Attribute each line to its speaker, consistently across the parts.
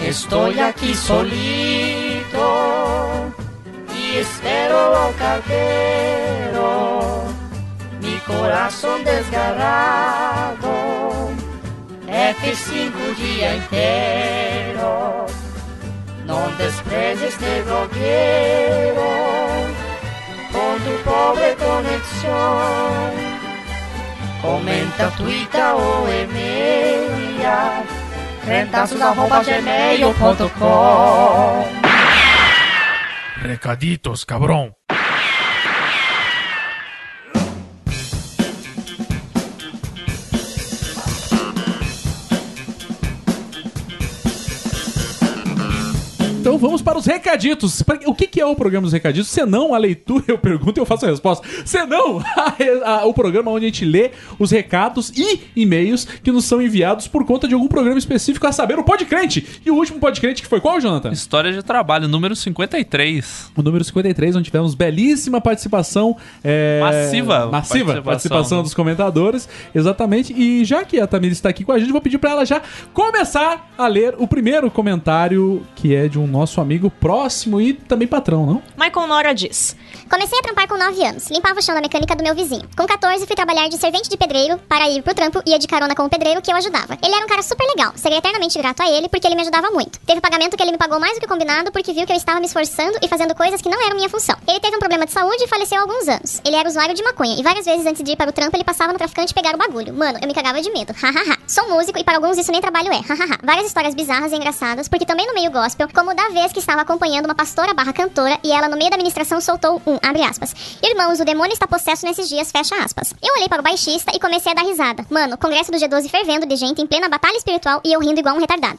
Speaker 1: Estoy aquí solito y espero bocadero. Mi corazón desgarrado, F5 día entero. No desprecies este te lo quiero con tu pobre conexión. Comenta, tuita o email rentazos.gmail.com
Speaker 2: Recaditos, cabrón. Então vamos para os recaditos. Pra- O que, que é o programa dos recaditos? Senão a leitura, eu pergunto e eu faço a resposta. Senão a re- a- o programa onde a gente lê os recados e e-mails que nos são enviados por conta de algum programa específico, a saber o Podcrente. E o último Podcrente que foi qual, Jonathan?
Speaker 3: História de trabalho, número 53.
Speaker 2: O número 53, onde tivemos belíssima participação. é,
Speaker 3: Massiva
Speaker 2: Massiva participação.
Speaker 3: participação.
Speaker 2: dos comentadores. Exatamente. E já que a Tamir está aqui com a gente, vou pedir para ela já começar a ler o primeiro comentário, que é de um nosso amigo próximo e também patrão, não?
Speaker 4: Michael Nora diz:
Speaker 5: Comecei a trampar com 9 anos, limpava o chão da mecânica do meu vizinho. Com 14, fui trabalhar de servente de pedreiro para ir pro trampo ia de carona com o pedreiro que eu ajudava. Ele era um cara super legal, seria eternamente grato a ele porque ele me ajudava muito. Teve pagamento que ele me pagou mais do que o combinado porque viu que eu estava me esforçando e fazendo coisas que não eram minha função. Ele teve um problema de saúde e faleceu há alguns anos. Ele era usuário de maconha e várias vezes antes de ir para o trampo ele passava no traficante pegar o bagulho. Mano, eu me cagava de medo. Hahaha. Sou músico e para alguns isso nem trabalho é. Hahaha. Várias histórias bizarras e engraçadas porque também no meio gospel, como da vez que estava acompanhando uma pastora barra cantora e ela no meio da ministração soltou um, abre aspas. Irmãos, o demônio está possesso nesses dias, fecha aspas. Eu olhei para o baixista e comecei a dar risada. Mano, congresso do G12 fervendo de gente em plena batalha espiritual e eu rindo igual um retardado.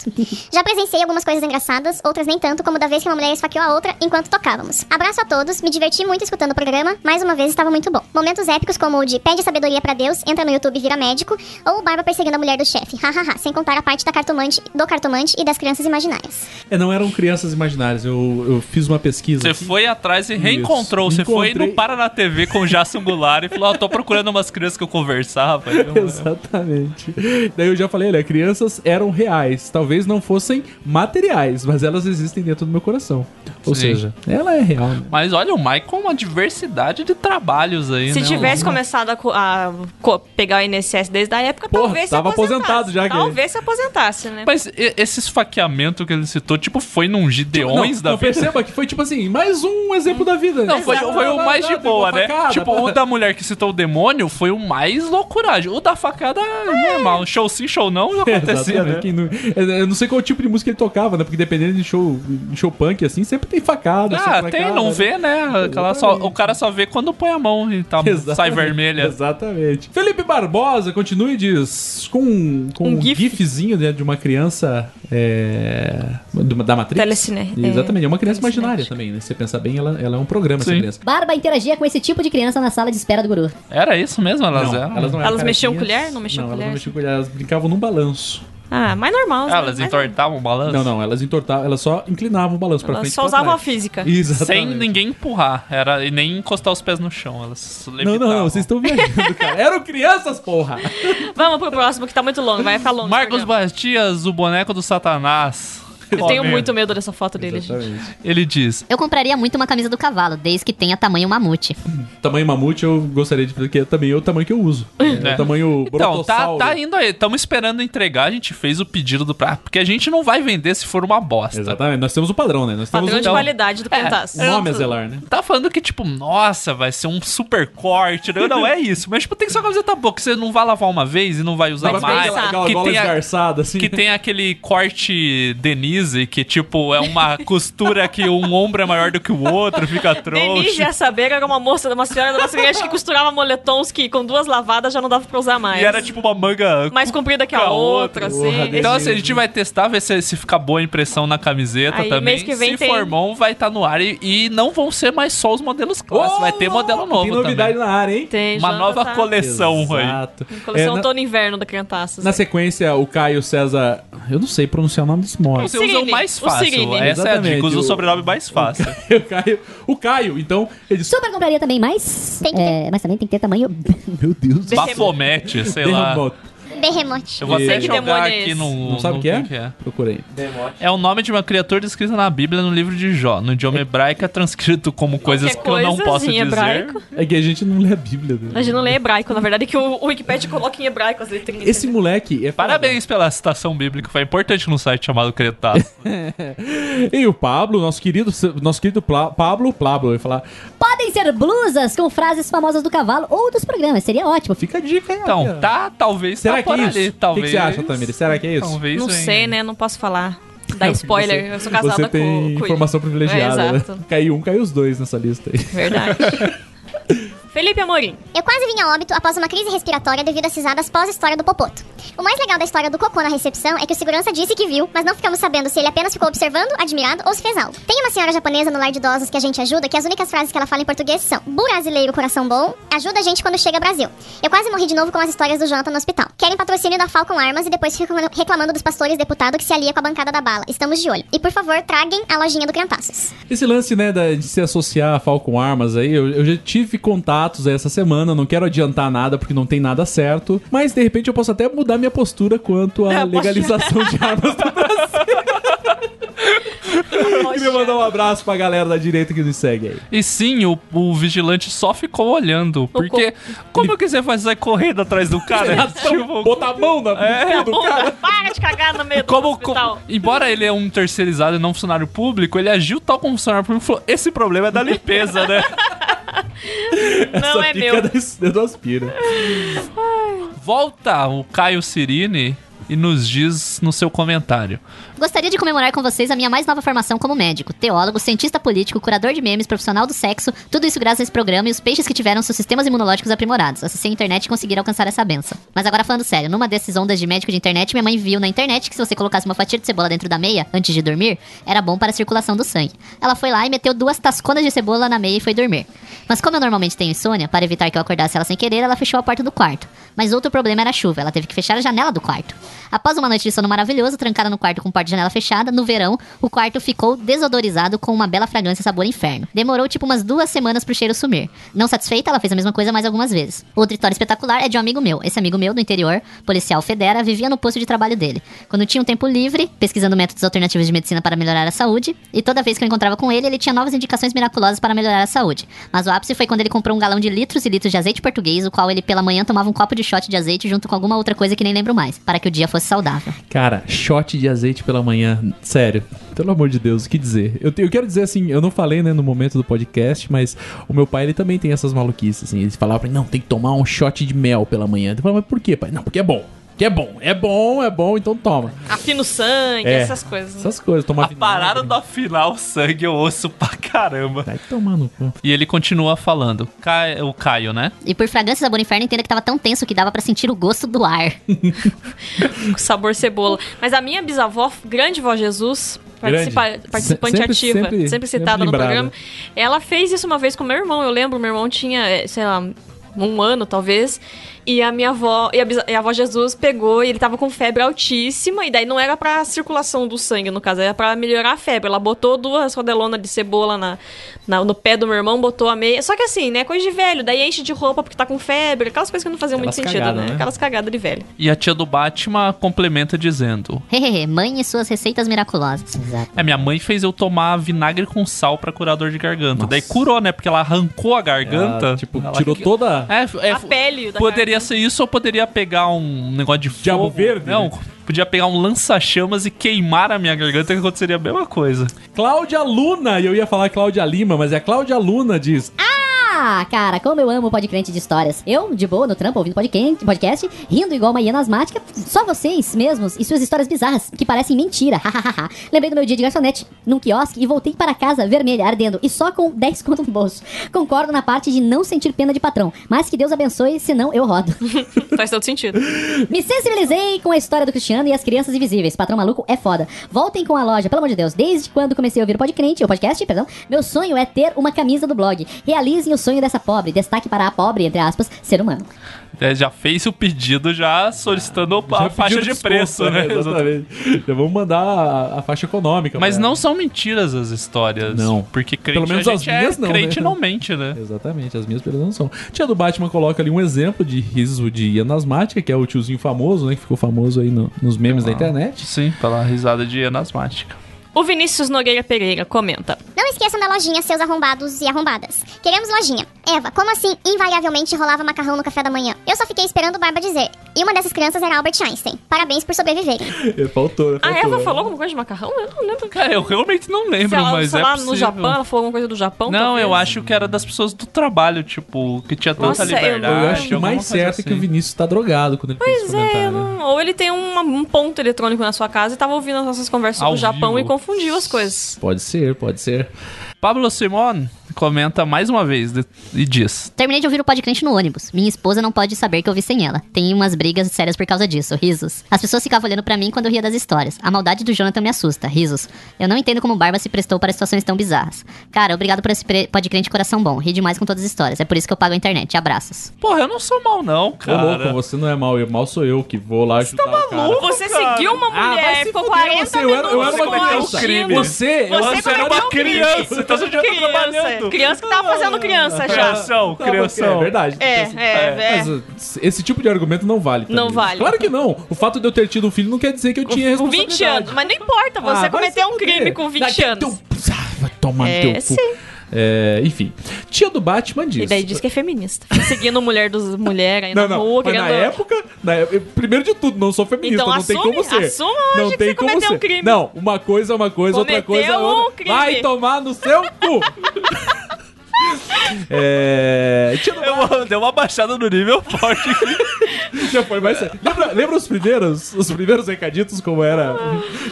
Speaker 5: Já presenciei algumas coisas engraçadas, outras nem tanto, como da vez que uma mulher esfaqueou a outra enquanto tocávamos. Abraço a todos, me diverti muito escutando o programa, mais uma vez estava muito bom. Momentos épicos como o de pede sabedoria pra Deus, entra no YouTube e vira médico, ou o Barba perseguindo a mulher do chefe, hahaha, sem contar a parte da cartomante, do cartomante e das crianças imaginárias.
Speaker 2: É, não eram crianças imaginárias. Eu, eu fiz uma pesquisa.
Speaker 3: Você
Speaker 2: aqui.
Speaker 3: foi atrás e reencontrou. Você foi
Speaker 2: Encontrei.
Speaker 3: no Paraná TV com o Jason Goulart e falou: Ó, tô procurando umas crianças que eu conversava. Eu- "É."
Speaker 2: Exatamente. Daí eu já falei, olha, crianças eram reais. Talvez não fossem materiais, mas elas existem dentro do meu coração. Ou
Speaker 3: Sim.
Speaker 2: seja, ela é real. Né?
Speaker 3: Mas olha, o Michael, uma diversidade de trabalhos aí,
Speaker 4: Se
Speaker 3: né?
Speaker 4: tivesse
Speaker 3: Uma-
Speaker 4: começado a, co- a co- pegar o INSS desde a época,
Speaker 2: Porra,
Speaker 4: talvez
Speaker 2: tava
Speaker 4: se aposentasse.
Speaker 2: aposentado já, cara.
Speaker 4: Talvez se aposentasse, né?
Speaker 3: Mas e- esse esfaqueamento que ele citou, tipo, foi num Gideões
Speaker 2: não,
Speaker 3: da
Speaker 2: não,
Speaker 3: vida?
Speaker 2: perceba que foi tipo assim, mais um exemplo da vida.
Speaker 3: Não, foi, foi o mais de boa, né? tipo, o da mulher que citou o demônio foi o mais loucuragem. O da facada é normal. Show sim, show não, já acontecia, né?
Speaker 2: Exatamente. Quem é, não- Eu não sei qual tipo de música ele tocava, né? Porque dependendo de show, show punk, assim, sempre tem facada.
Speaker 3: Ah,
Speaker 2: socada,
Speaker 3: tem, não
Speaker 2: né?
Speaker 3: vê, né? Aquela só, o cara só vê quando põe a mão e tá, sai
Speaker 2: Exatamente,
Speaker 3: vermelha.
Speaker 2: Exatamente. Felipe Barbosa continua e diz com, um- com um,
Speaker 4: Um gif.
Speaker 2: gifzinho né, de uma criança é, do- da Matrix.
Speaker 4: Telecine- é,
Speaker 2: Exatamente, é, uma criança
Speaker 4: telecinete.
Speaker 2: imaginária também, né? Se você pensar bem, ela, ela é um programa, essa
Speaker 3: Sim.
Speaker 2: criança.
Speaker 6: Barba interagia com esse tipo de criança na sala de espera do guru.
Speaker 3: Era isso mesmo, elas é.
Speaker 2: Não,
Speaker 3: eram?
Speaker 2: elas não eram
Speaker 4: Elas mexiam
Speaker 2: carequinhas.
Speaker 4: colher? Não mexiam
Speaker 2: Não, elas
Speaker 4: colher?
Speaker 2: não mexiam colher, elas brincavam num balanço.
Speaker 4: Ah, mais normal.
Speaker 3: Ah,
Speaker 4: né?
Speaker 3: elas
Speaker 4: Mais
Speaker 3: entortavam o balanço?
Speaker 2: Não, não, elas entortavam, elas só inclinavam o balanço pra
Speaker 4: Elas
Speaker 2: frente. e
Speaker 4: só
Speaker 2: pra
Speaker 4: usavam a
Speaker 2: trás.
Speaker 4: física.
Speaker 2: Exatamente.
Speaker 3: Sem ninguém empurrar. Era, e nem encostar os pés no chão. Elas
Speaker 2: Não, não,
Speaker 3: levitavam.
Speaker 2: não, vocês estão viajando, cara. Eram crianças, porra!
Speaker 4: Vamos pro próximo que tá muito longo, vai ficar longo.
Speaker 3: Marcos
Speaker 4: esse programa.
Speaker 3: Bastias, o boneco do Satanás.
Speaker 4: Eu tenho
Speaker 3: Homem.
Speaker 4: muito medo dessa foto dele, gente.
Speaker 3: Ele diz:
Speaker 6: Eu compraria muito uma camisa do cavalo, desde que tenha tamanho mamute.
Speaker 2: Tamanho mamute eu gostaria de porque também é o tamanho que eu uso. É,
Speaker 3: É.
Speaker 2: o tamanho
Speaker 3: Então, tá,
Speaker 2: brontossauro.
Speaker 3: tá indo aí. Estamos esperando entregar. A gente fez o pedido do prato. Porque a gente não vai vender se for uma bosta.
Speaker 2: Exatamente, nós temos o padrão, né? Nós temos
Speaker 4: Padrão de
Speaker 3: então.
Speaker 4: qualidade do Pentas.
Speaker 2: um nome a zelar, né?
Speaker 3: Tá falando que, tipo, nossa, vai ser um super corte. Não, não é isso. Mas, tipo, tem que ser uma camiseta boa, que você não vai lavar uma vez e não vai usar
Speaker 4: Vai
Speaker 3: mais.
Speaker 4: pensar.
Speaker 2: aquela
Speaker 3: Que
Speaker 2: gola
Speaker 3: tem, a-
Speaker 2: esgarçada, assim.
Speaker 3: que tem aquele corte Denise, que, tipo, é uma costura que um ombro é maior do que o outro, fica
Speaker 4: Denise é
Speaker 3: trouxa.
Speaker 4: já saber era uma moça, uma senhora da nossa igreja que costurava moletons que com duas lavadas já não dava pra usar mais.
Speaker 3: E era, tipo, uma manga...
Speaker 4: mais comprida que a
Speaker 3: com a
Speaker 4: outra,
Speaker 3: outra,
Speaker 4: assim.
Speaker 2: porra,
Speaker 3: Então,
Speaker 2: Denise.
Speaker 3: assim, a gente vai testar, ver se, se fica boa a impressão na camiseta
Speaker 4: Aí,
Speaker 3: também.
Speaker 4: mês que vem
Speaker 3: se
Speaker 4: tem-
Speaker 3: for bom, vai estar no ar. E, e não vão ser mais só os modelos clássicos,
Speaker 2: Oh,
Speaker 3: vai ter modelo novo
Speaker 2: Tem novidade na área, hein?
Speaker 4: Tem,
Speaker 3: também. Uma
Speaker 4: já
Speaker 3: nova
Speaker 4: tá-
Speaker 3: coleção aí.
Speaker 2: Exato.
Speaker 4: Coleção
Speaker 2: É, na,
Speaker 4: outono e inverno da Crentaças.
Speaker 2: na sequência, o Caio César... Eu não sei pronunciar o nome desse moço.
Speaker 3: Então, Você usa o
Speaker 4: Cirine,
Speaker 3: mais
Speaker 4: o
Speaker 3: fácil.
Speaker 4: Cirine.
Speaker 3: Essa é a dica, usa
Speaker 2: Exatamente, o-
Speaker 3: o sobrenome mais fácil.
Speaker 2: o Caio... O Caio, então, ele disse...
Speaker 6: Super compraria também, mas.
Speaker 5: Tem que
Speaker 6: é, mas também tem que ter tamanho.
Speaker 2: Meu Deus do
Speaker 4: Bafo-
Speaker 3: Bafomete, sei lá.
Speaker 2: céu.
Speaker 5: Berremote.
Speaker 3: Eu vou
Speaker 2: Sei
Speaker 3: até
Speaker 2: que
Speaker 3: jogar
Speaker 4: demônio é
Speaker 3: aqui
Speaker 4: esse.
Speaker 3: no.
Speaker 2: Não sabe o
Speaker 3: no-
Speaker 2: que é?
Speaker 3: no
Speaker 2: Procura aí.
Speaker 3: É o nome de uma criatura descrita na Bíblia no livro de Jó, no idioma hebraico, é transcrito como coisas que eu não
Speaker 4: É. coisa,
Speaker 3: posso
Speaker 4: em
Speaker 3: dizer.
Speaker 4: hebraico.
Speaker 2: É que a gente não lê a Bíblia. né?
Speaker 4: A gente não lê hebraico, na verdade, que o, o Wikipedia coloca em hebraico as letrinhas.
Speaker 2: Esse moleque é foda.
Speaker 3: Parabéns pela citação bíblica, foi importante no site chamado Cretaço.
Speaker 2: E o Pablo, nosso querido, nosso querido Pla- Pablo, Pablo, eu ia falar.
Speaker 6: Podem ser blusas com frases famosas do cavalo ou dos programas, seria ótimo.
Speaker 2: Fica a dica aí, ó.
Speaker 3: Então, tá, talvez
Speaker 2: Será
Speaker 3: tá
Speaker 2: que é
Speaker 3: por
Speaker 2: isso?
Speaker 3: ali,
Speaker 2: O que que
Speaker 3: talvez.
Speaker 2: você acha, Tamires? Será que é isso?
Speaker 3: Talvez
Speaker 4: Não
Speaker 3: em-
Speaker 4: sei, né? Não posso falar. Dá spoiler. eu sou casada
Speaker 2: Você tem
Speaker 4: com, com
Speaker 2: informação
Speaker 4: ele.
Speaker 2: privilegiada.
Speaker 4: É,
Speaker 2: né?
Speaker 4: exato.
Speaker 2: Caiu um, caiu os dois nessa lista aí.
Speaker 4: Verdade. Felipe Amorim.
Speaker 5: Eu quase vim a óbito após uma crise respiratória devido às cisadas pós-história do Popoto. O mais legal da história do Cocô na recepção é que o segurança disse que viu, mas não ficamos sabendo se ele apenas ficou observando, admirado ou se fez algo. Tem uma senhora japonesa no lar de idosos que a gente ajuda que as únicas frases que ela fala em português são brasileiro, coração bom, ajuda a gente quando chega ao Brasil. Eu quase morri de novo com as histórias do Jonathan no hospital. Querem patrocínio da Falcon Armas e depois ficam reclamando dos pastores deputado que se alia com a bancada da bala. Estamos de olho. E por favor, traguem a lojinha do Crentaços.
Speaker 2: Esse lance, né, da- de se associar a Falcon Armas aí, eu, eu já tive contatos aí essa semana, não quero adiantar nada porque não tem nada certo, mas de repente eu posso até mudar minha postura quanto à
Speaker 4: É, pode-
Speaker 2: legalização de armas do Brasil. Queria mandar um abraço pra galera da direita que nos segue aí.
Speaker 3: E sim, o, o vigilante só ficou olhando. Porque, como eu quiser fazer correndo atrás do cara? tipo,
Speaker 2: Botar a mão na é, do cara.
Speaker 4: Puta, para de cagar no meio do
Speaker 3: Como,
Speaker 4: hospital.
Speaker 3: como- embora ele é um terceirizado e não funcionário público, ele agiu tal como um funcionário público e falou: esse problema é da limpeza, né?
Speaker 4: Não
Speaker 2: Essa
Speaker 4: é
Speaker 2: pica
Speaker 4: meu.
Speaker 2: da- do aspira.
Speaker 3: Volta o Caio Cirini e nos diz no seu comentário.
Speaker 6: Gostaria de comemorar com vocês a minha mais nova formação como médico, teólogo, cientista político, curador de memes, profissional do sexo, tudo isso graças a esse programa e os peixes que tiveram seus sistemas imunológicos aprimorados. Acessei a internet e consegui alcançar essa benção. Mas agora falando sério, numa dessas ondas de médico de internet, minha mãe viu na internet que se você colocasse uma fatia de cebola dentro da meia, antes de dormir, era bom para a circulação do sangue. Ela foi lá e meteu duas tasconas de cebola na meia e foi dormir. Mas como eu normalmente tenho insônia, para evitar que eu acordasse ela sem querer, ela fechou a porta do quarto. Mas outro problema era a chuva, ela teve que fechar a janela do quarto. Após uma noite de sono maravilhoso, trancada no quarto com porta e janela fechada, no verão, o quarto ficou desodorizado com uma bela fragrância sabor inferno. Demorou tipo umas duas semanas pro cheiro sumir. Não satisfeita, ela fez a mesma coisa mais algumas vezes. Outra história espetacular é de um amigo meu. Esse amigo meu do interior, policial federa, vivia no posto de trabalho dele. Quando tinha um tempo livre, pesquisando métodos alternativos de medicina para melhorar a saúde, e toda vez que eu encontrava com ele, ele tinha novas indicações miraculosas para melhorar a saúde. Mas o ápice foi quando ele comprou um galão de litros e litros de azeite português, o qual ele pela manhã tomava um copo de shot de azeite junto com alguma outra coisa que nem lembro mais, para que o dia fosse saudável.
Speaker 2: Cara, shot de azeite pela manhã, sério. Pelo amor de Deus, o que dizer? Eu, te- eu quero dizer assim, eu não falei, né, no momento do podcast, mas o meu pai, ele também tem essas maluquices, assim. Ele falava pra mim, não, tem que tomar um shot de mel pela manhã. Eu falava, mas por quê, pai? Não, porque é bom. Que é bom, é bom, é bom, então toma.
Speaker 4: Afina o sangue,
Speaker 2: É.
Speaker 4: essas coisas.
Speaker 2: Essas coisas, tomar
Speaker 3: A parada do afinar o sangue eu osso pra caramba.
Speaker 2: Vai tomar no cu.
Speaker 3: E ele continua falando. Ca- O Caio, né?
Speaker 6: E por fragrância sabor inferno, entenda que tava tão tenso que dava pra sentir o gosto do ar.
Speaker 4: com sabor cebola. Mas a minha bisavó, grande vó Jesus, participa-
Speaker 2: Grande.
Speaker 4: participante
Speaker 2: Se- sempre-
Speaker 4: ativa,
Speaker 2: sempre-
Speaker 4: sempre, citada
Speaker 2: sempre
Speaker 4: no
Speaker 2: lembrada.
Speaker 4: programa, ela fez isso uma vez com meu irmão. Eu lembro, meu irmão tinha, eh, sei lá, um ano talvez. E a minha avó, e a, bisa- e a avó Jesus pegou e ele tava com febre altíssima. E daí não era pra circulação do sangue, no caso, era pra melhorar a febre. Ela botou duas rodelonas de cebola na, na- no pé do meu irmão, botou a meia. Só que assim, né? Coisa de velho. Daí enche de roupa porque tá com febre. Aquelas coisas que não faziam
Speaker 2: Aquelas
Speaker 4: muito sentido,
Speaker 2: cagadas,
Speaker 4: né?
Speaker 2: né?
Speaker 4: Aquelas cagadas de velho.
Speaker 3: E a tia do Batman complementa dizendo:
Speaker 6: Hehehe, mãe e suas receitas miraculosas. Exato.
Speaker 3: É, minha mãe fez eu tomar vinagre com sal pra curar dor de garganta.
Speaker 2: Nossa.
Speaker 3: Daí curou, né? Porque ela arrancou a garganta.
Speaker 2: Ela, tipo,
Speaker 3: Ela-
Speaker 2: tirou toda...
Speaker 3: É, é,
Speaker 4: A pele da
Speaker 3: Poderia
Speaker 4: garganta.
Speaker 3: ser isso ou poderia pegar um negócio de fogo.
Speaker 2: Diabo verde,
Speaker 3: Não,
Speaker 2: né?
Speaker 3: podia pegar um lança-chamas e queimar a minha garganta que aconteceria a mesma coisa.
Speaker 2: Cláudia Luna, e eu ia falar Cláudia Lima, mas é a Cláudia Luna diz...
Speaker 6: Ah, cara, como eu amo podcrente de histórias. Eu, de boa, no trampo, ouvindo podcast, podcast rindo igual uma hiena asmática, só vocês mesmos e suas histórias bizarras, que parecem mentira. Hahaha. Lembrei do meu dia de garçonete, num quiosque, e voltei para casa vermelha, ardendo, e só com 10 conto no bolso. Concordo na parte de não sentir pena de patrão, mas que Deus abençoe, senão eu rodo.
Speaker 4: Faz todo sentido.
Speaker 6: Me sensibilizei com a história do Cristiano e as crianças invisíveis. Patrão maluco é foda. Voltem com a loja, pelo amor de Deus. Desde quando comecei a ouvir o podcast, o podcast, perdão, meu sonho é ter uma camisa do blog. Realizem o sonho dessa pobre, destaque para a pobre, entre aspas, ser humano.
Speaker 3: É, já fez o pedido, já solicitando
Speaker 2: Já
Speaker 3: a faixa
Speaker 2: pediu
Speaker 3: de
Speaker 2: desconto,
Speaker 3: preço, né?
Speaker 2: Exatamente. Já vamos mandar a, a faixa econômica. né?
Speaker 3: Mas
Speaker 2: pra-
Speaker 3: não são mentiras as histórias.
Speaker 2: Não.
Speaker 3: Porque crente,
Speaker 2: Pelo menos
Speaker 3: a
Speaker 2: as
Speaker 3: gente é
Speaker 2: minhas não,
Speaker 3: crente
Speaker 2: né?
Speaker 3: não mente, né?
Speaker 2: Exatamente, as minhas perdas não são. Tia do Batman coloca ali um exemplo de riso de anasmática, que é o tiozinho famoso, né? Que ficou famoso aí no- nos memes
Speaker 3: Ah.
Speaker 2: da internet.
Speaker 3: Sim, pela risada de anasmática.
Speaker 4: O Vinícius Nogueira Pereira comenta.
Speaker 5: Não esqueçam da lojinha, seus arrombados e arrombadas. Queremos lojinha. Eva, como assim invariavelmente rolava macarrão no café da manhã? Eu só fiquei esperando o Barba dizer. E uma dessas crianças era Albert Einstein. Parabéns por sobreviverem.
Speaker 2: Faltou, né?
Speaker 4: A
Speaker 2: faltou.
Speaker 4: Eva "Ah, falou alguma coisa de macarrão? Eu não lembro.
Speaker 3: Cara, É, eu realmente não lembro,
Speaker 4: Se ela,
Speaker 3: mas
Speaker 4: sei
Speaker 3: é
Speaker 4: lá,
Speaker 3: possível.
Speaker 4: no Japão, ela tá falou alguma coisa do Japão?
Speaker 3: Não, eu
Speaker 4: talvez?
Speaker 3: acho que era das pessoas do trabalho, tipo, que tinha tanta
Speaker 4: Nossa, eu-
Speaker 3: liberdade.
Speaker 2: Eu acho que o
Speaker 3: alguma
Speaker 2: mais
Speaker 3: coisa
Speaker 2: certo é que o
Speaker 3: assim.
Speaker 2: Vinícius tá drogado quando ele fez esse
Speaker 4: Pois é, eu
Speaker 2: comentário. né?
Speaker 4: não- ou ele tem uma- um ponto eletrônico na sua casa e tava ouvindo as nossas conversas
Speaker 3: Ao
Speaker 4: do Japão
Speaker 3: vivo.
Speaker 4: e confundiu as coisas.
Speaker 2: Pode ser, pode ser.
Speaker 3: Pablo Simon comenta mais uma vez de- e diz:
Speaker 6: Terminei de ouvir o podcast no ônibus. Minha esposa não pode saber que eu vi sem ela. Tem umas brigas sérias por causa disso. Risos. As pessoas ficavam olhando pra mim quando eu ria das histórias. A maldade do Jonathan me assusta. Risos. Eu não entendo como o Barba se prestou para situações tão bizarras. Cara, obrigado por esse pre- podcast coração bom. Ri demais com todas as histórias. É por isso que eu pago a internet. Abraços.
Speaker 3: Porra, eu não sou mal, não,
Speaker 2: Ô louco,
Speaker 3: cara.
Speaker 2: você não é mal, eu mal sou eu que vou lá ajudar o cara.
Speaker 4: Você tá seguiu uma
Speaker 2: Ah, vai
Speaker 4: mulher,
Speaker 2: se
Speaker 4: ficou
Speaker 2: fuder,
Speaker 4: 40
Speaker 2: você, eu era-
Speaker 4: minutos
Speaker 2: eu era uma
Speaker 4: com
Speaker 3: um
Speaker 2: criança.
Speaker 4: artigo.
Speaker 2: Você, eu
Speaker 4: Você
Speaker 3: era
Speaker 4: cometeu
Speaker 3: uma
Speaker 4: um crime.
Speaker 3: criança, então você já tá trabalhando.
Speaker 4: criança, criança que tava fazendo criança já.
Speaker 3: Criação,
Speaker 2: É
Speaker 3: criação.
Speaker 2: verdade.
Speaker 4: É, é, é.
Speaker 2: Mas uh, esse tipo de argumento não vale. pra
Speaker 4: Não
Speaker 2: mim.
Speaker 4: vale.
Speaker 2: Claro que não. O fato de eu ter tido um filho não quer dizer que eu tinha
Speaker 3: é
Speaker 4: Com 20 anos.
Speaker 2: responsabilidade.
Speaker 4: Mas não importa, você
Speaker 2: Ah, vai
Speaker 4: cometeu
Speaker 2: se
Speaker 4: um crime
Speaker 2: fuder.
Speaker 4: com 20
Speaker 2: Daqui
Speaker 4: anos.
Speaker 2: teu- Ah, vai tomar
Speaker 4: É,
Speaker 2: no teu
Speaker 4: sim.
Speaker 2: cu. É, enfim. Tia do Batman diz.
Speaker 4: E daí diz que é feminista. Fica Seguindo mulher dos mulher aí
Speaker 2: Não,
Speaker 4: na
Speaker 2: não.
Speaker 4: rua,
Speaker 2: mas na
Speaker 4: querendo-
Speaker 2: época, na época- primeiro de tudo, não sou feminista,
Speaker 4: Então
Speaker 2: não tem
Speaker 4: assume-
Speaker 2: como ser.
Speaker 4: assuma hoje
Speaker 2: não
Speaker 4: que
Speaker 2: tem
Speaker 4: você
Speaker 2: como
Speaker 4: cometeu
Speaker 2: ser.
Speaker 4: um crime.
Speaker 2: Não, uma coisa é uma coisa, outra
Speaker 4: Cometeu
Speaker 2: coisa é outra.
Speaker 4: um crime.
Speaker 2: Vai tomar no seu cu. é... Tia do
Speaker 3: Eu- Deu uma baixada no nível forte.
Speaker 2: Já foi mais sério. Lembra, lembra os primeiros? Os primeiros recaditos, como era.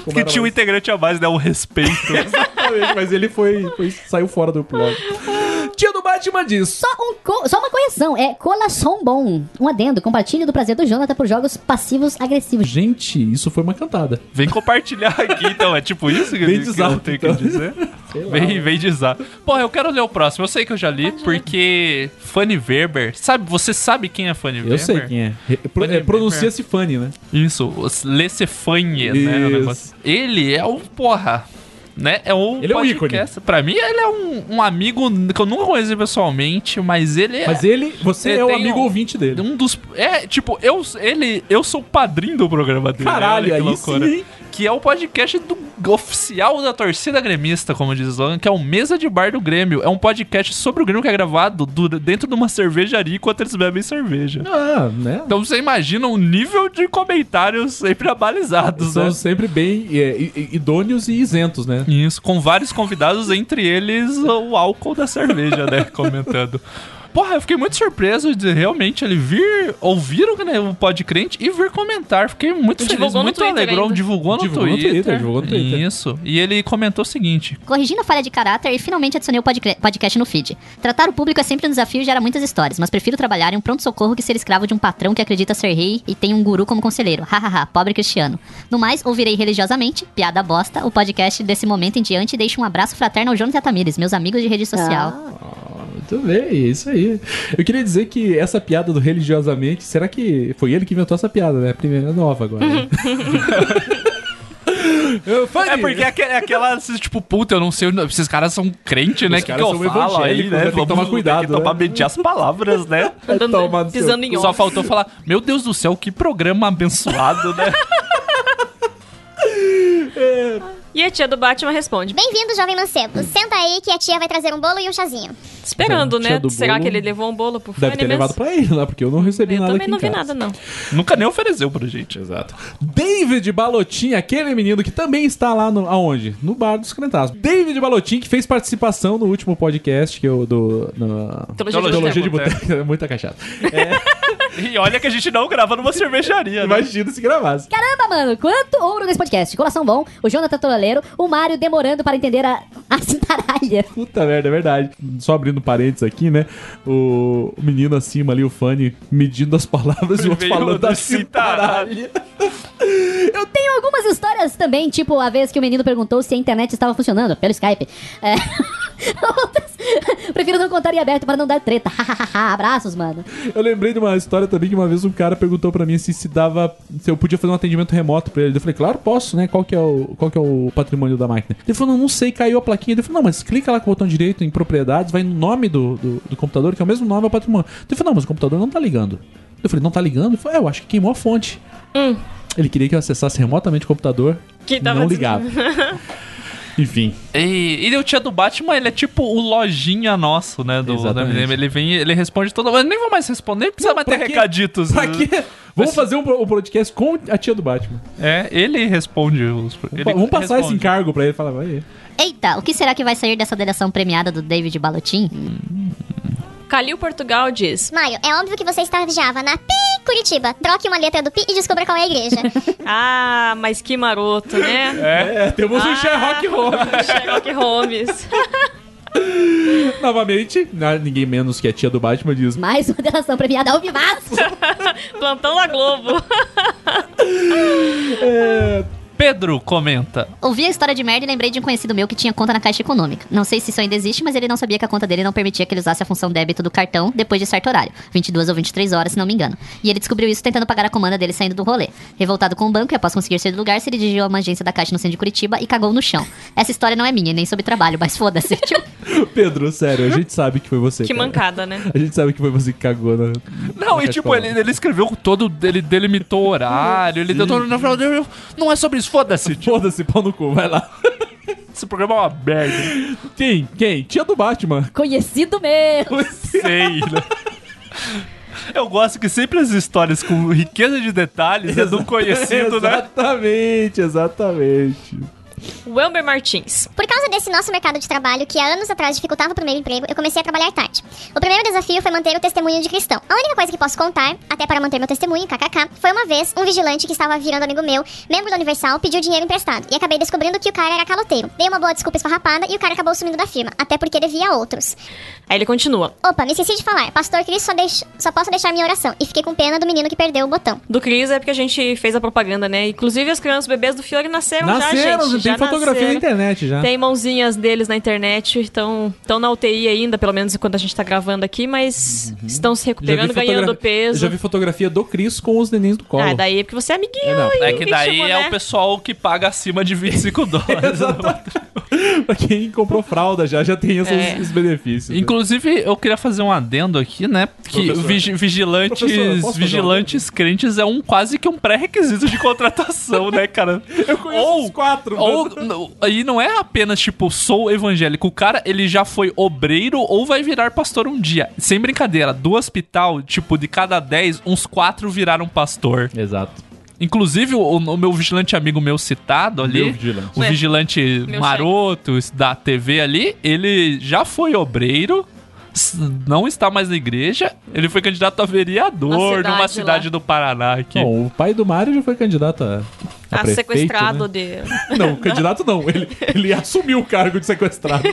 Speaker 2: Como
Speaker 3: que
Speaker 2: era
Speaker 3: tinha um
Speaker 2: mais-
Speaker 3: integrante a mais, né? Um respeito.
Speaker 2: Exatamente, mas ele foi, foi- Saiu fora do blog. Tia do Batman diz.
Speaker 6: Só, um co- só uma correção. É colação bom. Um adendo. Compartilhe do prazer do Jonathan por jogos passivos agressivos.
Speaker 2: Gente, isso foi uma cantada.
Speaker 3: Vem compartilhar aqui, então. É tipo isso que,
Speaker 2: Vem
Speaker 3: que
Speaker 2: de
Speaker 3: eu
Speaker 2: zap,
Speaker 3: tenho
Speaker 2: então.
Speaker 3: que dizer.
Speaker 2: Sei lá.
Speaker 3: Vem, vem de zap. Porra, eu quero ler o próximo. Eu sei que eu já li, porque Fanny Weber. Sabe, você sabe quem é Fanny Weber?
Speaker 2: Eu sei quem é. Re- pro- é, Pronuncia-se Fanny, né?
Speaker 3: Isso, lê Fanny, né? o
Speaker 2: Isso.
Speaker 3: negócio. Ele é o. Porra. Né? É um
Speaker 2: Ele é um
Speaker 3: podcast. Pra mim, ele é um, um amigo que eu nunca conheci pessoalmente, mas ele é.
Speaker 2: Mas ele, você
Speaker 3: Ele
Speaker 2: é o
Speaker 3: tem
Speaker 2: amigo
Speaker 3: um-
Speaker 2: ouvinte dele.
Speaker 3: Um dos. É, tipo, eu, ele, eu sou o padrinho do programa dele.
Speaker 2: Caralho,
Speaker 3: olha
Speaker 2: aí
Speaker 3: que loucura.
Speaker 2: sim.
Speaker 3: Que é o podcast do oficial da torcida gremista, como diz o slogan, que é o Mesa de Bar do Grêmio. É um podcast sobre o Grêmio que é gravado dura- dentro de uma cervejaria enquanto eles bebem cerveja.
Speaker 2: Ah, né?
Speaker 3: Então você imagina o nível de comentários sempre abalizados, né?
Speaker 2: São sempre bem é, i- i- idôneos e isentos, né?
Speaker 3: Isso, com vários convidados, entre eles o álcool da cerveja, né? Comentando. Porra, eu fiquei muito surpreso de realmente ele vir ouvir o, né, o Podcrente e vir comentar. Fiquei muito
Speaker 4: Divulgou
Speaker 3: feliz,
Speaker 4: no
Speaker 3: muito
Speaker 4: Twitter
Speaker 3: alegrão.
Speaker 4: ainda.
Speaker 3: Divulgou no
Speaker 2: Divulgou no
Speaker 3: Twitter.
Speaker 2: Twitter, divulgou no Twitter.
Speaker 3: Isso. E ele comentou o seguinte:
Speaker 6: Corrigindo a falha de caráter e finalmente adicionei o podcre- podcast no feed. Tratar o público é sempre um desafio e gera muitas histórias, mas prefiro trabalhar em um pronto-socorro que ser escravo de um patrão que acredita ser rei e tem um guru como conselheiro. Hahaha, pobre cristiano. No mais, ouvirei religiosamente, piada bosta, o podcast desse momento em diante e deixo um abraço fraterno ao Jonathan Tamires, meus amigos de rede social.
Speaker 2: Muito bem, é isso aí. Eu queria dizer que essa piada do religiosamente, será que foi ele que inventou essa piada, né? A primeira é nova agora. né? Eu, Fanny,
Speaker 3: É porque é aquela, é aquela, assim, tipo, puta, eu não sei, o nome. esses caras são crentes, né?
Speaker 2: Os
Speaker 3: O que, que
Speaker 2: caras
Speaker 3: eu
Speaker 2: são
Speaker 3: falo aí,
Speaker 2: evangélicos, né?
Speaker 3: né?
Speaker 2: Tem que tomar
Speaker 3: Tem
Speaker 2: cuidado,
Speaker 3: que
Speaker 2: né?
Speaker 3: tomar medir as palavras, né?
Speaker 2: vai
Speaker 4: andando-
Speaker 2: tomar no seu
Speaker 4: pisando em
Speaker 3: Só
Speaker 4: ovo.
Speaker 3: faltou falar, meu Deus do céu, que programa abençoado, né?
Speaker 4: E a tia do Batman responde. bem,
Speaker 5: Bem-vindo, jovem mancebo. Senta aí que a tia vai trazer um bolo e um chazinho.
Speaker 4: Esperando,
Speaker 2: Tia
Speaker 4: né?
Speaker 2: do
Speaker 4: Será
Speaker 2: bolo.
Speaker 4: que ele levou um bolo pro Fanny
Speaker 2: Deve ter
Speaker 4: mesmo?
Speaker 2: levado pra ele lá, porque eu não recebi
Speaker 4: Eu
Speaker 2: nada
Speaker 4: também
Speaker 2: aqui
Speaker 4: não
Speaker 2: em
Speaker 4: vi
Speaker 2: casa.
Speaker 4: nada, não.
Speaker 3: Nunca nem ofereceu pra gente.
Speaker 2: Exato. David Balotin, aquele menino que também está lá no, aonde? No bar dos Crentasmos. David Balotin, que fez participação no último podcast que eu do. No...
Speaker 4: Teologia de
Speaker 2: Teologia de
Speaker 3: Boteco.
Speaker 2: Boteco. É muita
Speaker 4: Tá
Speaker 2: cachaça.
Speaker 3: E olha que a gente não grava numa cervejaria, né?
Speaker 2: Imagina se gravasse.
Speaker 6: Caramba, mano, quanto ouro nesse podcast. Colação bom, o Jonathan Toleiro, o Mário demorando para entender a, a cintaralha.
Speaker 2: Puta merda, é verdade. Só abrindo parênteses aqui, né? O o menino acima ali, o Fanny, medindo as palavras e o outro
Speaker 3: Veio
Speaker 2: falando assim,
Speaker 3: do
Speaker 2: da cintaralha.
Speaker 6: Eu tenho algumas histórias também, tipo a vez que o menino perguntou se a internet estava funcionando pelo Skype. É.
Speaker 7: Prefiro não contar em aberto pra não dar treta. Abraços, mano.
Speaker 2: Eu lembrei de uma história também que uma vez um cara perguntou pra mim assim, se dava, se eu podia fazer um atendimento remoto pra ele. Eu falei, claro, posso, né? Qual que é o, qual que é o patrimônio da máquina? Ele falou, não, não sei, caiu a plaquinha. Ele falou, não, mas clica lá com o botão direito em propriedades, vai no nome do, do, do computador, que é o mesmo nome, é o patrimônio. Ele falou, não, mas o computador não tá ligando. Eu falei, não tá ligando? Ele falou, é, eu acho que queimou a fonte. Ele queria que eu acessasse remotamente o computador,
Speaker 4: Hum. Que tava
Speaker 2: não
Speaker 4: des-
Speaker 2: ligava. Enfim.
Speaker 3: E, e o tia do Batman, ele é tipo o lojinha nosso, né? Do, do
Speaker 2: Exatamente.
Speaker 3: MDM. Ele vem, ele responde todo mundo. Nem vou mais responder, não precisa mais
Speaker 2: pra
Speaker 3: ter
Speaker 2: quê?
Speaker 3: recaditos.
Speaker 2: Pra
Speaker 3: né?
Speaker 2: quê? Vamos fazer um, pro- um podcast com a tia do Batman.
Speaker 3: É, ele responde os. Ele
Speaker 2: Pa- Vamos passar esse
Speaker 3: responde.
Speaker 2: encargo pra ele e falar, vai aí.
Speaker 6: Eita, o que será que vai sair dessa delação premiada do David Balotin?
Speaker 4: Calil Portugal diz.
Speaker 5: Maio, é óbvio que você estagiava na PI Curitiba. Troque uma letra do PI e descubra qual é a igreja.
Speaker 4: Ah, mas que maroto, né?
Speaker 2: É, temos um
Speaker 4: Ah.
Speaker 2: Sherlock Holmes.
Speaker 4: Sherlock Holmes.
Speaker 2: Novamente, na- ninguém menos que a tia do Batman diz.
Speaker 7: Mais uma delação premiada ao vivaço.
Speaker 4: Plantão da Globo.
Speaker 3: Pedro comenta.
Speaker 6: Ouvi a história de merda e lembrei de um conhecido meu que tinha conta na Caixa Econômica. Não sei se isso ainda existe, mas ele não sabia que a conta dele não permitia que ele usasse a função débito do cartão depois de certo horário, 22 ou 23 horas, se não me engano. E ele descobriu isso tentando pagar a comanda dele saindo do rolê. Revoltado com o banco e após conseguir sair do lugar, se dirigiu a uma agência da Caixa no centro de Curitiba e cagou no chão. Essa história não é minha, nem sobre trabalho, mas foda-se. Tipo,
Speaker 2: Pedro, sério, a gente sabe que foi você.
Speaker 4: Hum? Que
Speaker 2: cara.
Speaker 4: mancada, né?
Speaker 2: A gente sabe que foi você que cagou na.
Speaker 3: Não,
Speaker 2: na
Speaker 3: e tipo, ele,
Speaker 2: cachola.
Speaker 3: ele escreveu todo. Ele delimitou o horário, ele deu todo. No final, eu- eu- não é sobre isso, foda-se. tipo,
Speaker 2: Foda-se, pau no cu, vai lá.
Speaker 3: Esse programa é uma merda.
Speaker 2: Quem? Quem? Tia do Batman.
Speaker 7: Conhecido meu.
Speaker 3: Sei, né? Eu gosto que sempre as histórias com riqueza de detalhes é do conhecido, né?
Speaker 2: Exatamente, exatamente.
Speaker 4: Welber Martins.
Speaker 5: Por causa desse nosso mercado de trabalho, que há anos atrás dificultava o primeiro emprego, eu comecei a trabalhar tarde. O primeiro desafio foi manter o testemunho de cristão. A única coisa que posso contar, até para manter meu testemunho, kkk, foi uma vez um vigilante que estava virando amigo meu, membro da Universal, pediu dinheiro emprestado e acabei descobrindo que o cara era caloteiro. Dei uma boa desculpa esfarrapada e o cara acabou sumindo da firma, até porque devia a outros.
Speaker 4: Aí ele continua.
Speaker 5: Opa, me esqueci de falar. Pastor Cris só, deixo- só posso deixar minha oração. E fiquei com pena do menino que perdeu o botão.
Speaker 4: Do Cris é porque a gente fez a propaganda, né? Inclusive as crianças, os bebês do Fiore nasceram, Então já,
Speaker 2: Nasceram,
Speaker 4: gente.
Speaker 2: tem
Speaker 4: já
Speaker 2: fotografia
Speaker 4: nasceram.
Speaker 2: na internet já.
Speaker 4: Tem mãozinhas deles na internet, estão tão na UTI ainda, pelo menos enquanto a gente tá gravando aqui, mas estão se
Speaker 2: Uhum. Já vi
Speaker 4: recuperando,
Speaker 2: fotogra-
Speaker 4: ganhando peso.
Speaker 2: Já vi fotografia do Cris com os nenéns do colo.
Speaker 4: Ah, daí é porque você é amiguinho.
Speaker 2: É, não.
Speaker 4: e
Speaker 3: É que daí
Speaker 4: íntimo,
Speaker 3: é
Speaker 4: né?
Speaker 3: o pessoal que paga acima de 25 dólares.
Speaker 2: pra quem comprou fralda já, já tem esses,
Speaker 4: É.
Speaker 2: esses benefícios. né?
Speaker 3: Inclusive, eu queria fazer um adendo aqui, né? Que
Speaker 2: Professor. Professor,
Speaker 3: vigi-
Speaker 2: eu posso
Speaker 3: vigilantes,
Speaker 2: fazer um
Speaker 3: vigilantes crentes é um quase que um pré-requisito de contratação, né, cara? Eu
Speaker 2: conheço uns quatro, né?
Speaker 3: Ou
Speaker 2: mas-
Speaker 3: não, aí não é apenas tipo sou evangélico, o cara ele já foi obreiro ou vai virar pastor um dia. Sem brincadeira, do hospital, tipo de cada 10, uns quatro viraram pastor.
Speaker 2: Exato.
Speaker 3: Inclusive, o, o meu vigilante amigo meu citado ali.
Speaker 2: Meu vigilante.
Speaker 3: O
Speaker 4: É.
Speaker 3: vigilante
Speaker 4: chefe.
Speaker 3: maroto da TV ali, ele já foi obreiro. s- Não está mais na igreja. Ele foi candidato a vereador
Speaker 4: Na cidade
Speaker 3: numa cidade
Speaker 4: lá.
Speaker 3: do Paraná aqui.
Speaker 2: Bom, o pai do Mário já foi candidato a.
Speaker 4: Ah,
Speaker 2: prefeito,
Speaker 4: sequestrado
Speaker 2: né?
Speaker 4: de.
Speaker 2: Não, candidato não. Ele, ele assumiu o cargo de sequestrado.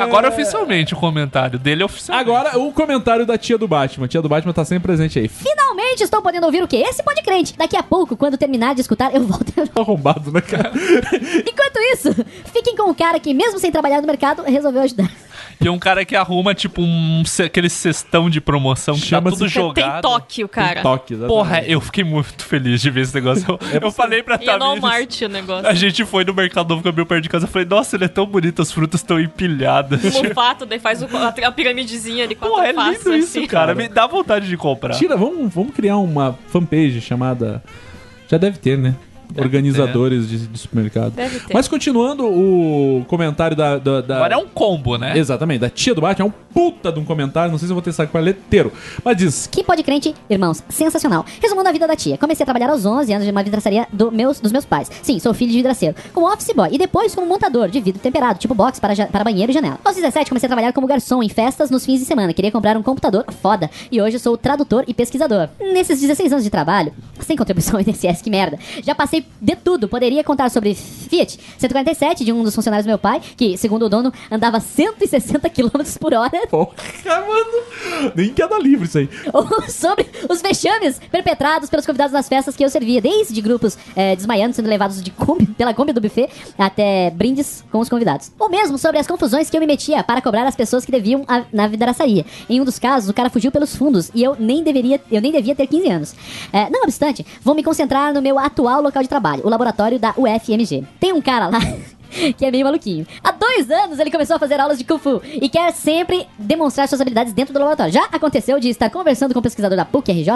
Speaker 3: Agora oficialmente o comentário dele é oficial.
Speaker 2: Agora, o comentário da tia do Batman. A tia do Batman tá sempre presente aí. Fica
Speaker 7: Finalmente estou podendo ouvir o quê? Esse pode crente. Daqui a pouco, quando terminar de escutar, eu volto.
Speaker 2: arrombado, né, cara?
Speaker 7: Enquanto isso, fiquem com o cara que, mesmo sem trabalhar no mercado, resolveu ajudar.
Speaker 3: E é um cara que arruma tipo um ce- aquele cestão de promoção que tá
Speaker 2: Chama-se-
Speaker 3: tudo jogado.
Speaker 4: Tem toque o cara.
Speaker 2: Toque, exatamente.
Speaker 3: Porra, eu fiquei muito feliz de ver esse negócio. Eu, eu falei pra
Speaker 4: E é no
Speaker 3: Tamires.
Speaker 4: Marte o negócio.
Speaker 3: A gente foi no Mercado Novo Caminho perto de casa. Eu falei, nossa, ele é tão bonito, as frutas estão empilhadas.
Speaker 4: O Mufato, daí faz o- a, a piramidezinha de quatro
Speaker 3: Pô, é
Speaker 4: faces,
Speaker 3: lindo isso,
Speaker 4: tá assim.
Speaker 3: cara. Me dá vontade de comprar.
Speaker 2: Tira, vamos, vamos criar uma fanpage chamada. Já deve ter, né? Organizadores de, de supermercado.
Speaker 4: Deve ter.
Speaker 2: Mas continuando o comentário da. da, da-
Speaker 3: Agora é um combo, né?
Speaker 2: Exatamente, da tia do Batman. É um puta de um comentário. Não sei se eu vou ter saco pra ler inteiro. Mas diz.
Speaker 7: Que pode crente, irmãos, sensacional. Resumindo a vida da tia, comecei a trabalhar aos 11 anos em uma vidraçaria do meus, dos meus pais. Sim, sou filho de vidraceiro. Como office boy e depois como montador de vidro temperado, tipo box para, ja- para banheiro e janela. Aos 17 comecei a trabalhar como garçom em festas nos fins de semana. Queria comprar um computador foda e hoje sou tradutor e pesquisador. Nesses 16 anos de trabalho, sem contribuição INSS, que merda, já passei de tudo. Poderia contar sobre Fiat 147 de um dos funcionários do meu pai, que, segundo o dono, andava 160 km por hora.
Speaker 2: Porra, mano. Nem queda livre isso aí.
Speaker 6: Ou sobre os vexames perpetrados pelos convidados nas festas que eu servia, desde grupos eh, desmaiando, sendo levados de Kombi, pela Kombi do buffet, até brindes com os convidados. Ou mesmo sobre as confusões que eu me metia para cobrar as pessoas que deviam a- na vidraçaria. Em um dos casos, o cara fugiu pelos fundos e eu nem deveria, eu nem devia ter 15 anos. Eh, não obstante, vou me concentrar no meu atual local de trabalho, o laboratório da UFMG. Tem um cara lá que é meio maluquinho. Há dois anos ele começou a fazer aulas de Kung Fu e quer sempre demonstrar suas habilidades dentro do laboratório. Já aconteceu de estar conversando com um pesquisador da PUC RJ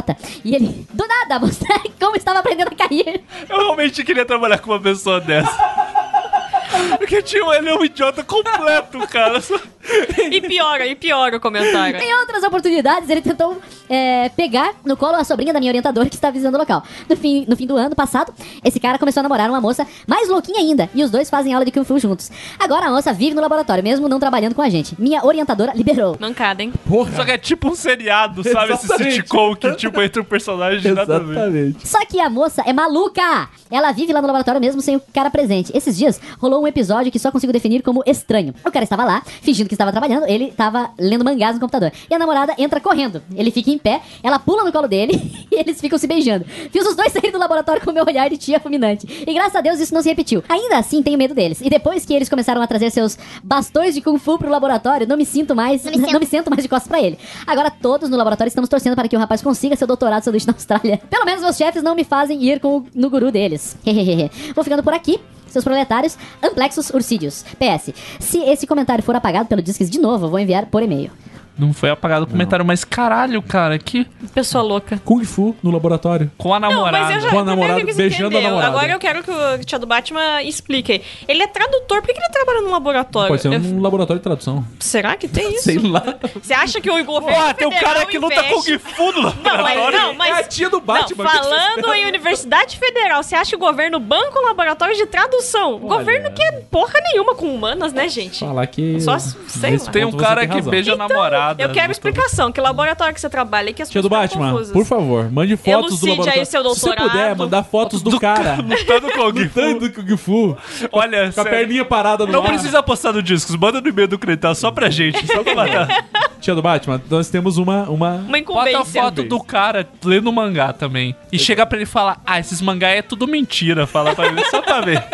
Speaker 6: e ele, do nada, mostrar como estava aprendendo a cair.
Speaker 3: Eu realmente queria trabalhar com uma pessoa dessa. Porque tinha, ele é um idiota completo, cara. Só-
Speaker 4: E piora, e piora o comentário.
Speaker 6: Em outras oportunidades, ele tentou é, pegar no colo a sobrinha da minha orientadora que estava visitando o local. No fim, no fim do ano passado, esse cara começou a namorar uma moça mais louquinha ainda e os dois fazem aula de Kung Fu juntos. Agora a moça vive no laboratório, mesmo não trabalhando com a gente. Minha orientadora liberou.
Speaker 4: Mancada, hein?
Speaker 3: Só que é tipo um seriado, sabe?
Speaker 2: Exatamente.
Speaker 3: Esse sitcom que, tipo, entre um personagem e nada a ver.
Speaker 2: Exatamente.
Speaker 6: Só que a moça é maluca! Ela vive lá no laboratório mesmo sem o cara presente. Esses dias rolou um episódio que só consigo definir como estranho. O cara estava lá, fingindo que estava trabalhando, ele estava lendo mangás no computador. E a namorada entra correndo. Ele fica em pé, ela pula no colo dele e eles ficam se beijando. Fiz os dois saírem do laboratório com o meu olhar de tia fulminante. E graças a Deus isso não se repetiu. Ainda assim, tenho medo deles. E depois que eles começaram a trazer seus bastões de Kung Fu pro laboratório, não me sinto mais.
Speaker 5: Não me sinto.
Speaker 6: não me sento mais de costas pra ele. Agora todos no laboratório estamos torcendo para que o rapaz consiga seu doutorado sanduíche na Austrália. Pelo menos meus chefes não me fazem ir com o, no guru deles. Hehehehe. Vou ficando por aqui. Seus proletários, Amplexus Ursidius. PS. Se esse comentário for apagado pelo Disques de novo, eu vou enviar por e-mail.
Speaker 3: Não foi apagado o comentário, mas caralho, cara, que
Speaker 4: Pessoa louca.
Speaker 2: Kung Fu no laboratório.
Speaker 3: com a
Speaker 4: Não, mas
Speaker 3: namorada.
Speaker 4: eu já
Speaker 2: Com a
Speaker 4: primeiro
Speaker 2: namorada,
Speaker 4: eu quis
Speaker 2: beijando a
Speaker 4: entender.
Speaker 2: namorada.
Speaker 4: Agora eu quero que o tia do Batman explique. Ele é tradutor, por que que ele trabalha num laboratório?
Speaker 2: Pode ser
Speaker 4: Eu-
Speaker 3: é
Speaker 2: um laboratório de tradução.
Speaker 4: Será que tem isso?
Speaker 2: Sei lá.
Speaker 4: Você acha que é o governo.
Speaker 3: Porra, tem um cara
Speaker 4: federal
Speaker 3: que luta com
Speaker 4: investe-
Speaker 3: Kung Fu no
Speaker 4: Não, mas,
Speaker 3: laboratório.
Speaker 4: não, mas
Speaker 2: É a tia do Batman,
Speaker 4: Não,
Speaker 2: o que que você
Speaker 4: falando em Universidade Federal, você acha que o governo banca um laboratório de tradução? O Governo que é porra nenhuma com humanas, né, gente?
Speaker 2: Falar que.
Speaker 4: Só se- sei
Speaker 2: Nesse
Speaker 4: lá.
Speaker 3: Tem um
Speaker 2: ponto você
Speaker 3: cara que
Speaker 2: razão.
Speaker 3: beija a namorada. né,
Speaker 4: Eu quero
Speaker 3: Luta-
Speaker 4: explicação. Que laboratório que você trabalha e que as
Speaker 2: Tia do
Speaker 4: pessoas ficam
Speaker 2: Batman,
Speaker 4: confusas.
Speaker 2: por favor, mande fotos do
Speaker 3: é
Speaker 4: Elucide aí
Speaker 2: laboratório.
Speaker 4: seu
Speaker 2: Se você
Speaker 4: doutorado.
Speaker 2: puder, mandar fotos do,
Speaker 3: do
Speaker 2: cara.
Speaker 3: Lutando com o Kung
Speaker 2: Lutando
Speaker 3: Fu.
Speaker 2: do Kung Fu.
Speaker 3: Olha,
Speaker 2: Com a
Speaker 3: sério.
Speaker 2: perninha parada no
Speaker 3: Não
Speaker 2: ar.
Speaker 3: precisa postar no discos, manda no e-mail do Cretar só pra gente. Só pra matar.
Speaker 2: Tia do Batman, nós temos uma.
Speaker 3: Um
Speaker 2: uma...
Speaker 4: Uma
Speaker 3: Bota a
Speaker 4: incumbência.
Speaker 3: foto do cara lendo mangá também. E chega pra ele e fala: Ah, esses mangá é tudo mentira. Fala pra ele só pra ver.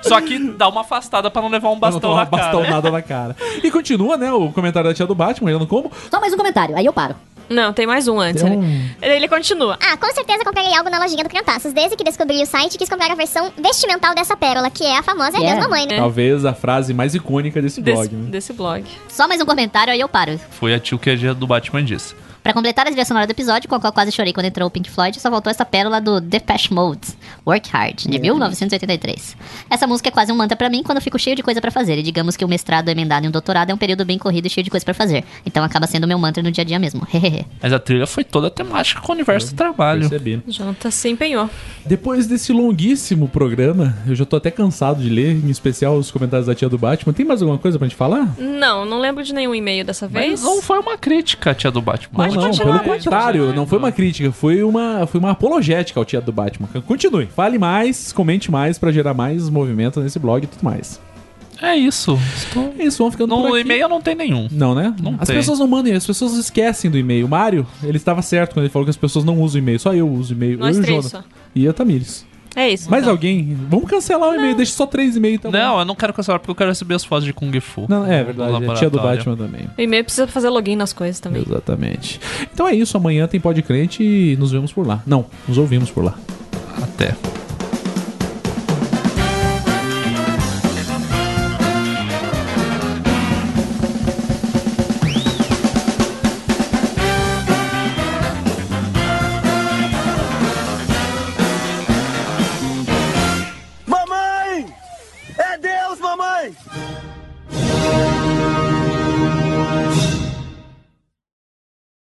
Speaker 3: Só que dá uma afastada pra não levar um
Speaker 2: pra não
Speaker 3: bastão
Speaker 2: tomar
Speaker 3: na cara.
Speaker 2: bastonada na cara. E continua, né, o comentário da tia do Batman, olhando como.
Speaker 6: Só mais um comentário, aí eu paro.
Speaker 4: Não, tem mais um antes.
Speaker 2: Tem
Speaker 4: né?
Speaker 2: um-
Speaker 4: Ele continua.
Speaker 5: Ah, com certeza comprarei algo na lojinha do Criantaças. Desde que descobri o site, quis comprar a versão vestimental dessa pérola, que é a famosa
Speaker 6: Que é?
Speaker 5: yeah. Deus Mamãe, né?
Speaker 2: Talvez a frase mais icônica desse blog,
Speaker 4: Desse,
Speaker 2: né?
Speaker 4: desse blog.
Speaker 8: Só mais um comentário, aí eu paro.
Speaker 3: Foi a tio que a tia do Batman disse.
Speaker 8: Pra completar a trilha sonora do episódio, com a qual quase chorei quando entrou o Pink Floyd, só faltou essa pérola do Depeche Mode, Work Hard, de 1983. Essa música é quase um mantra pra mim quando eu fico cheio de coisa pra fazer, e digamos que o mestrado emendado e um doutorado é um período bem corrido e cheio de coisa pra fazer. Então acaba sendo meu mantra no dia a dia mesmo. Hehehe.
Speaker 3: Mas a trilha foi toda temática com o universo do trabalho.
Speaker 2: Percebi.
Speaker 4: Jonathan se empenhou.
Speaker 2: Depois desse longuíssimo programa, eu já tô até cansado de ler, em especial os comentários da tia do Batman. Tem mais alguma coisa pra gente falar?
Speaker 4: Não, não lembro de nenhum e-mail dessa
Speaker 3: Mas
Speaker 4: vez.
Speaker 3: não foi uma crítica a tia do Batman.
Speaker 4: Pode
Speaker 2: não, não,
Speaker 4: continuar,
Speaker 2: pelo
Speaker 4: pode
Speaker 2: contrário,
Speaker 4: continuar.
Speaker 2: não foi uma crítica, foi uma, foi uma apologética ao tia do Batman. Continue, fale mais, comente mais pra gerar mais movimento nesse blog e tudo mais.
Speaker 3: É isso. Estou...
Speaker 2: É isso, vão ficando por
Speaker 3: No
Speaker 2: aqui.
Speaker 3: e-mail não tem nenhum.
Speaker 2: Não, né?
Speaker 3: Não
Speaker 2: as
Speaker 3: tem.
Speaker 2: pessoas não mandam, as pessoas esquecem do e-mail. O Mário, ele estava certo quando ele falou que as pessoas não usam e-mail, só eu uso e-mail.
Speaker 4: Nós
Speaker 2: eu e o
Speaker 4: três
Speaker 2: Jonas. E a Tamires.
Speaker 4: É isso.
Speaker 2: Mais
Speaker 4: então.
Speaker 2: alguém? Vamos cancelar o e-mail, deixa só três e-mail tá bom?
Speaker 3: Não, eu não quero cancelar porque eu quero receber as fotos de Kung Fu.
Speaker 2: Não, é
Speaker 3: No
Speaker 2: verdade. É tia do
Speaker 3: laboratório.
Speaker 2: Batman também.
Speaker 4: O e-mail precisa fazer login nas coisas também.
Speaker 2: Exatamente. Então é isso, amanhã tem Pode Crente e nos vemos por lá. Não, nos ouvimos por lá.
Speaker 3: Até.